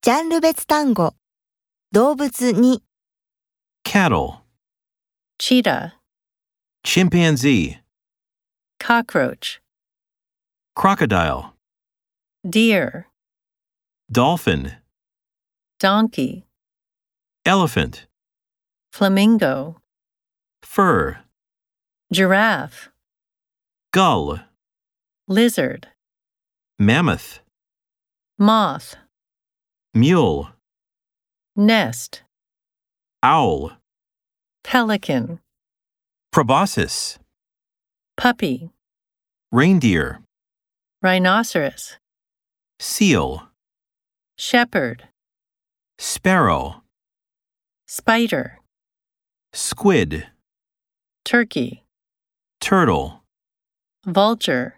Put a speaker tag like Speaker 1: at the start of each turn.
Speaker 1: ジャンル別単語、動物に、
Speaker 2: cattle,
Speaker 3: cheetah,
Speaker 2: chimpanzee,
Speaker 3: cockroach,
Speaker 2: crocodile,
Speaker 3: deer,
Speaker 2: dolphin,
Speaker 3: donkey,
Speaker 2: elephant,
Speaker 3: flamingo,
Speaker 2: fur,
Speaker 3: giraffe,
Speaker 2: gull,
Speaker 3: lizard,
Speaker 2: mammoth,
Speaker 3: moth,
Speaker 2: mule,
Speaker 3: nest,
Speaker 2: owl,
Speaker 3: pelican,
Speaker 2: proboscis,
Speaker 3: puppy,
Speaker 2: reindeer,
Speaker 3: rhinoceros,
Speaker 2: seal,
Speaker 3: shepherd,
Speaker 2: sparrow,
Speaker 3: spider,
Speaker 2: squid,
Speaker 3: turkey,
Speaker 2: turtle.
Speaker 3: vulture.